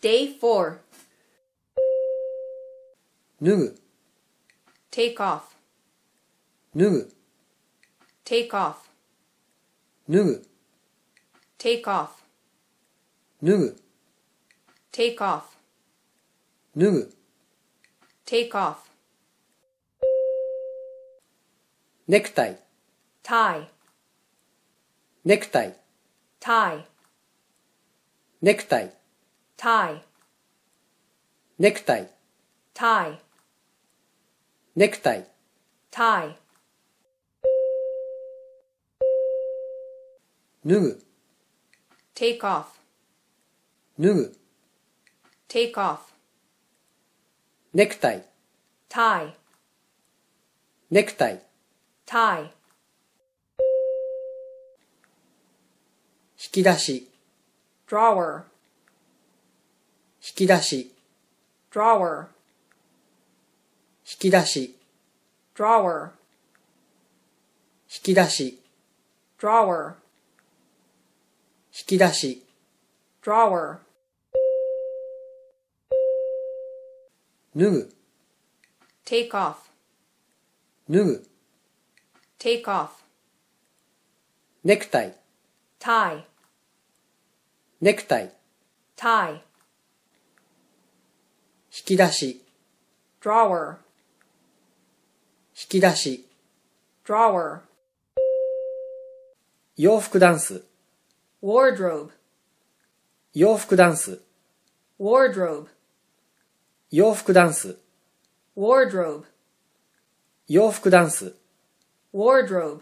Day 4. 脱ぐ、 Take off. 脱ぐ、 Take off. 脱ぐ、 Take off. 脱ぐ、 Take off. 脱ぐ、 Take off. ネクタイ、 Tie. ネクタイ、 Tie. ネクタイ、 Tie. ネクタイ、 Tie. ネクタイ、 Tie. 脱ぐ、 Take off. 脱ぐ、 Take off. ネクタイ、 Tie. ネクタイ、 Tie. 引き出し、 Drawer. 引き出し、 Drawer. 引き出し、 Drawer. 引き出し、 Drawer. 引き出し、 Drawer. 脱ぐ、 Take off. 脱ぐ、 Take off. ネクタイ、 Tie. ネクタイ、 Tie. 引き出し、 Drawer. 引き出し、 Drawer. 洋服ダンス、 Wardrobe. 洋服ダンス、 Wardrobe. 洋服ダンス、 Wardrobe. 洋服ダンス、 Wardrobe.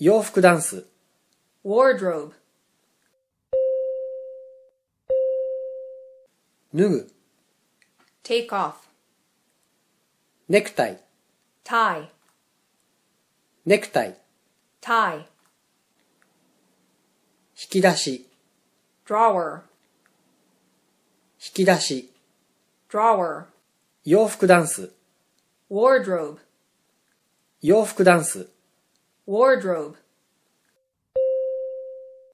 洋服ダンス、 Wardrobe. 脱ぐ、 Take off. ネクタイ、 Tie. ネクタイ、 Tie. 引き出し、 Drawer. 引き出し、 Drawer. 洋服ダンス、 Wardrobe. 洋服ダンス、 Wardrobe.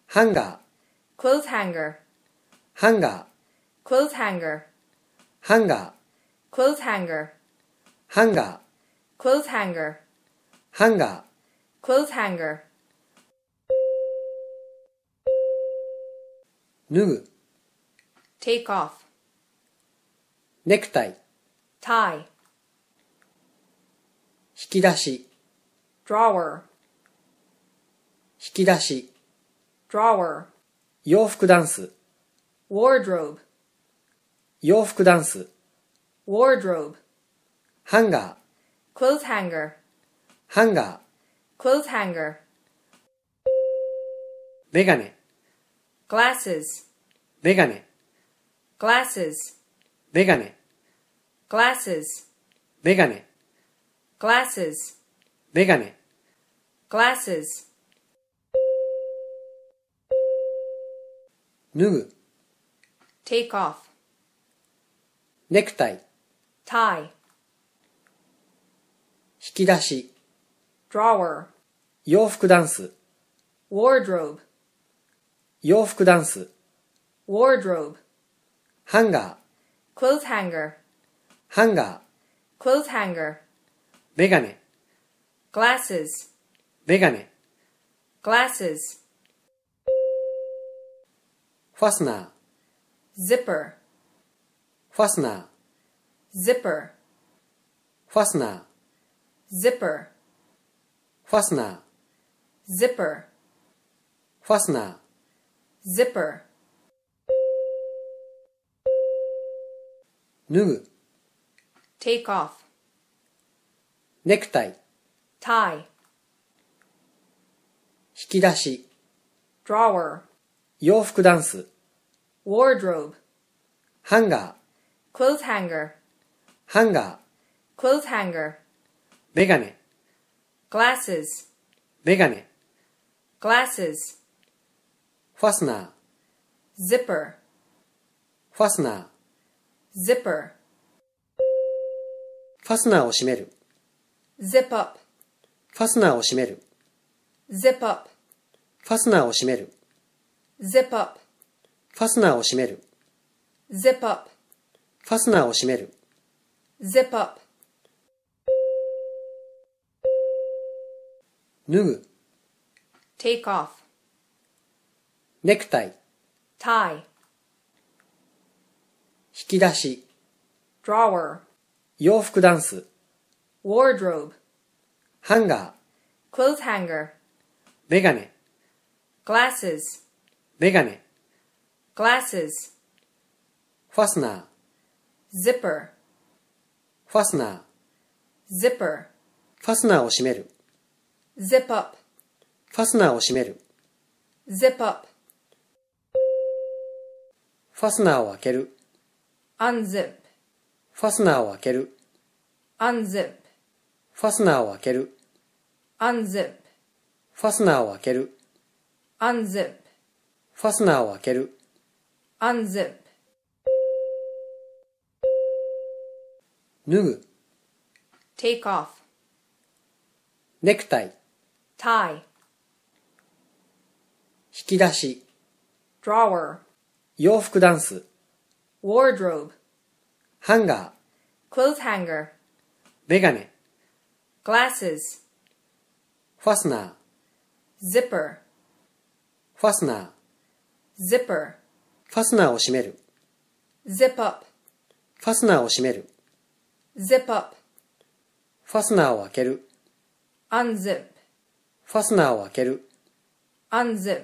ハンガー、 Clothes hanger. ハンガー、 Clothes hanger. ハンガ Clothes hanger. ー、ハンガ Clothes hanger. ー、ハンガー、 Clothes hanger. 脱ぐ、 Take off. ネクタイ、 Tie. 引き出し、 Drawer. 引き出し、 Drawer. 洋服ダンス、 Wardrobe. 洋服ダンス、 Wardrobe. ハンガー、 Clothes hanger. ハンガー、 Clothes hanger. メガネ、 Glasses. メガネ、 Glasses. メガネ、 Glasses. メガネ、 Glasses. メガネ、 Glasses. 脱ぐ、 Take off. ネクタイ、 Tie. 引き出し、 Drawer. 洋服ダンス、 Wardrobe. 洋服ダンス、 Wardrobe. ハンガ Clothes hanger. ー、ハンガー、 Clothes hanger. メガネ、 Glasses. メガネ、 Glasses. ファスナー、 Zipper. ファスナー、 Zipper. ファスナー、 Zipper. ファスナー、 Zipper. ファスナー、 Zipper. 脱ぐ、 Take off. ネクタイ、 Tie. 引き出し、 Drawer. 洋服ダンス、 Wardrobe. ハンガ Clothes hanger. ー、ハンガー、 Clothes hanger. メガネ、 Glasses. メガネ、 Glasses. ファスナー、 Zipper. ファスナー、 Zipper. ファスナーを閉める、 Zip up. ファスナーを閉める、 Zip up. ファスナーを閉める、 Zip up. ファスナーを閉める、 zip up, ファスナーを閉める。 zip up, 脱ぐ、 take off, ネクタイ、 tie, 引き出し、 drawer, 洋服ダンス、 wardrobe, ハンガー、 clothes hanger, メガネ、 glasses, メガネ、 glasses, ファスナー、 zipper, ファスナー、 zipper, ファスナーを閉める。 zip up, ファスナーを閉める。 zip up, ファスナーを開ける。 unzip, ファスナーを開ける。 unzip, ファスナーを開ける。 unzip, ファスナーを開ける。 unzip, ファスナーを開ける。 unzip, 脱ぐ、 take off, ネクタイ、 tie, 引き出し、 drawer, 洋服ダンス、 wardrobe, ハンガー、 clothes hanger, メガネ、 glasses, ファスナー、 zipper, ファスナー、 zipper, ファスナーを閉める。 zip up, ファスナーを閉める。 zip up, ファスナーを開ける。 unzip, ファスナーを開ける。 unzip,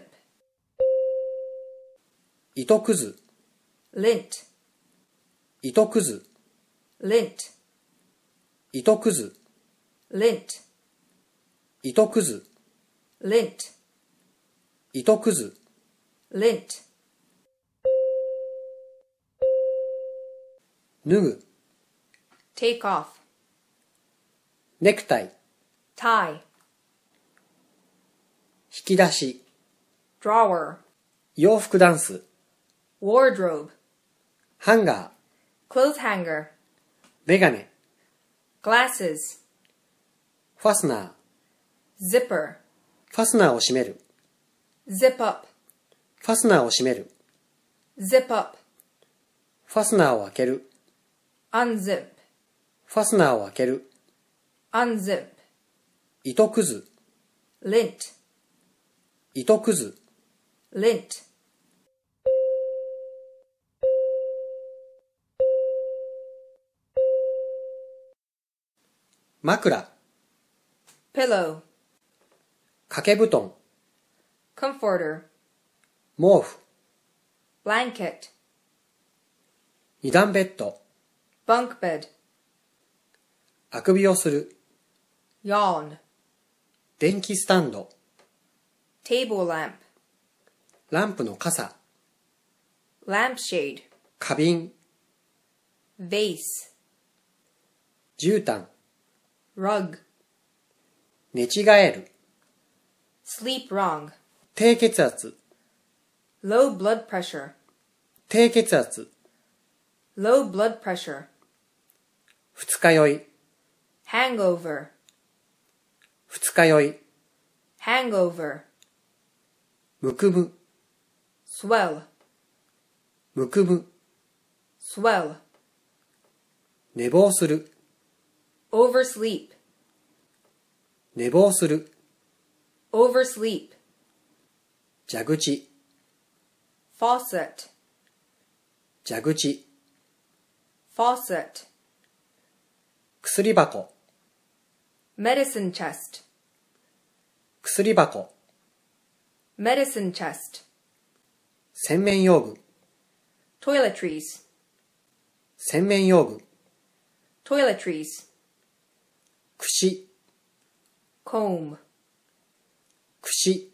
糸くず、 lint, 糸くず、 lint, 糸くず、 lint, 糸くず、 lint, 糸くず、 lint, 脱ぐ、 take off, ネクタイ、 tie, 引き出し、 drawer, 洋服ダンス、 wardrobe, ハンガー、 clothes hanger, メガネ、 glasses, ファスナー、 zipper, ファスナーを閉める。 zip up, ファスナーを閉める。 zip up, ファスナーを開ける。 unzip, ファスナーを開ける。 unzip, 糸くず、 lint, 糸くず、 lint, 枕、 pillow, 掛け布団、 comforter, 毛布、 blanket, 二段ベッド、 bunk bed, あくびをする、 yawn, 電気スタンド、 table lamp, ランプの傘、 lampshade, 花瓶、 vase, 絨毯、 rug, 寝違える、 sleep wrong, 低血圧、 low blood pressure, 低血圧、 low blood pressure, 二日酔い、 hangover, 二日酔い、 hangover, むくむ、 swell, むくむ、 swell, 寝坊する、 oversleep, 寝坊する、 oversleep, 蛇口、 faucet, 蛇口、 faucet, 薬箱、 medicine chest, 薬箱、 medicine chest, 洗面用具、 toiletries, 洗面用具、 toiletries, くし、 comb, くし、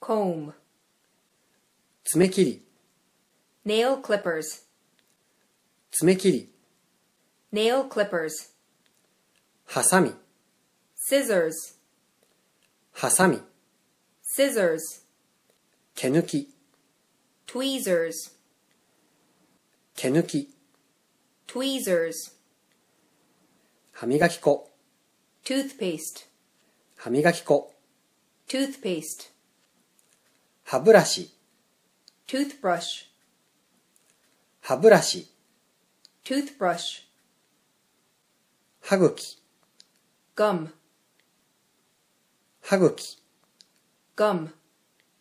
comb, 爪切り、 nail clippers, 爪切り、 nail clippers, ハサミ、 scissors, ハサミ、 scissors, 毛抜き、 tweezers, 毛抜き、 tweezers, 歯磨き粉、 toothpaste, 歯磨き粉、 toothpaste, 歯ブラシ、 toothbrush, 歯ブラシ、 toothbrush, 歯茎、 gum, 歯茎、 gum,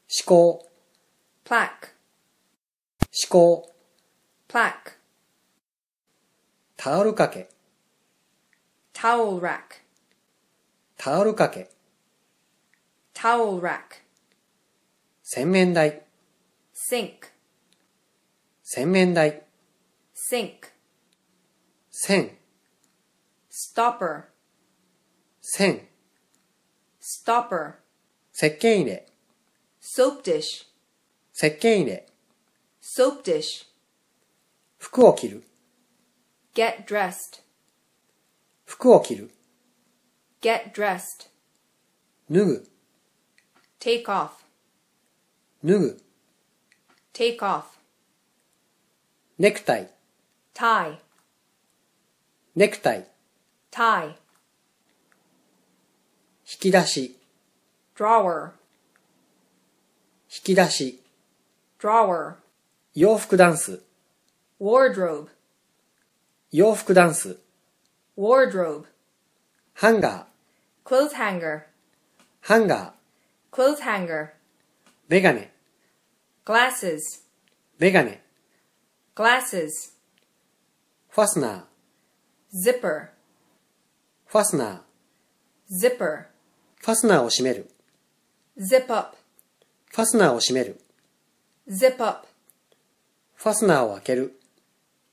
歯垢、 plaque, 歯垢、 plaque, タオル掛け、 towel rack, タオル掛け、 towel rack, 洗面台、 sink, 洗面台、 sink, 線、 stopper, 線、 stopper, 石鹸入れ、 soap dish, 石鹸入れ、 soap dish, 服を着る、 get dressed, 服を着る、 get dressed, 脱ぐ、 take off, 脱ぐ、 take off, ネクタイ、 tie, ネクタイ、 tie, 引き出し、 drawer, 引き出し、 drawer, 洋服ダンス、 wardrobe, 洋服ダンス、 wardrobe, ハンガー、 clothes hanger, ハンガー、 clothes hanger, メガネ、 glasses, メガネ、 glasses, ファスナー、 zipper, ファスナー、 zipper, ファスナーを閉める、 zip up, ファスナーを閉める、 zip up, ファスナーを開ける、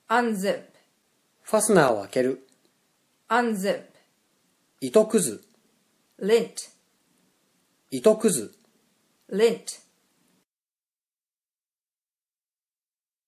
unzip, ファスナーを開ける、 unzip, 糸くず、 lint, 糸くず、 lint,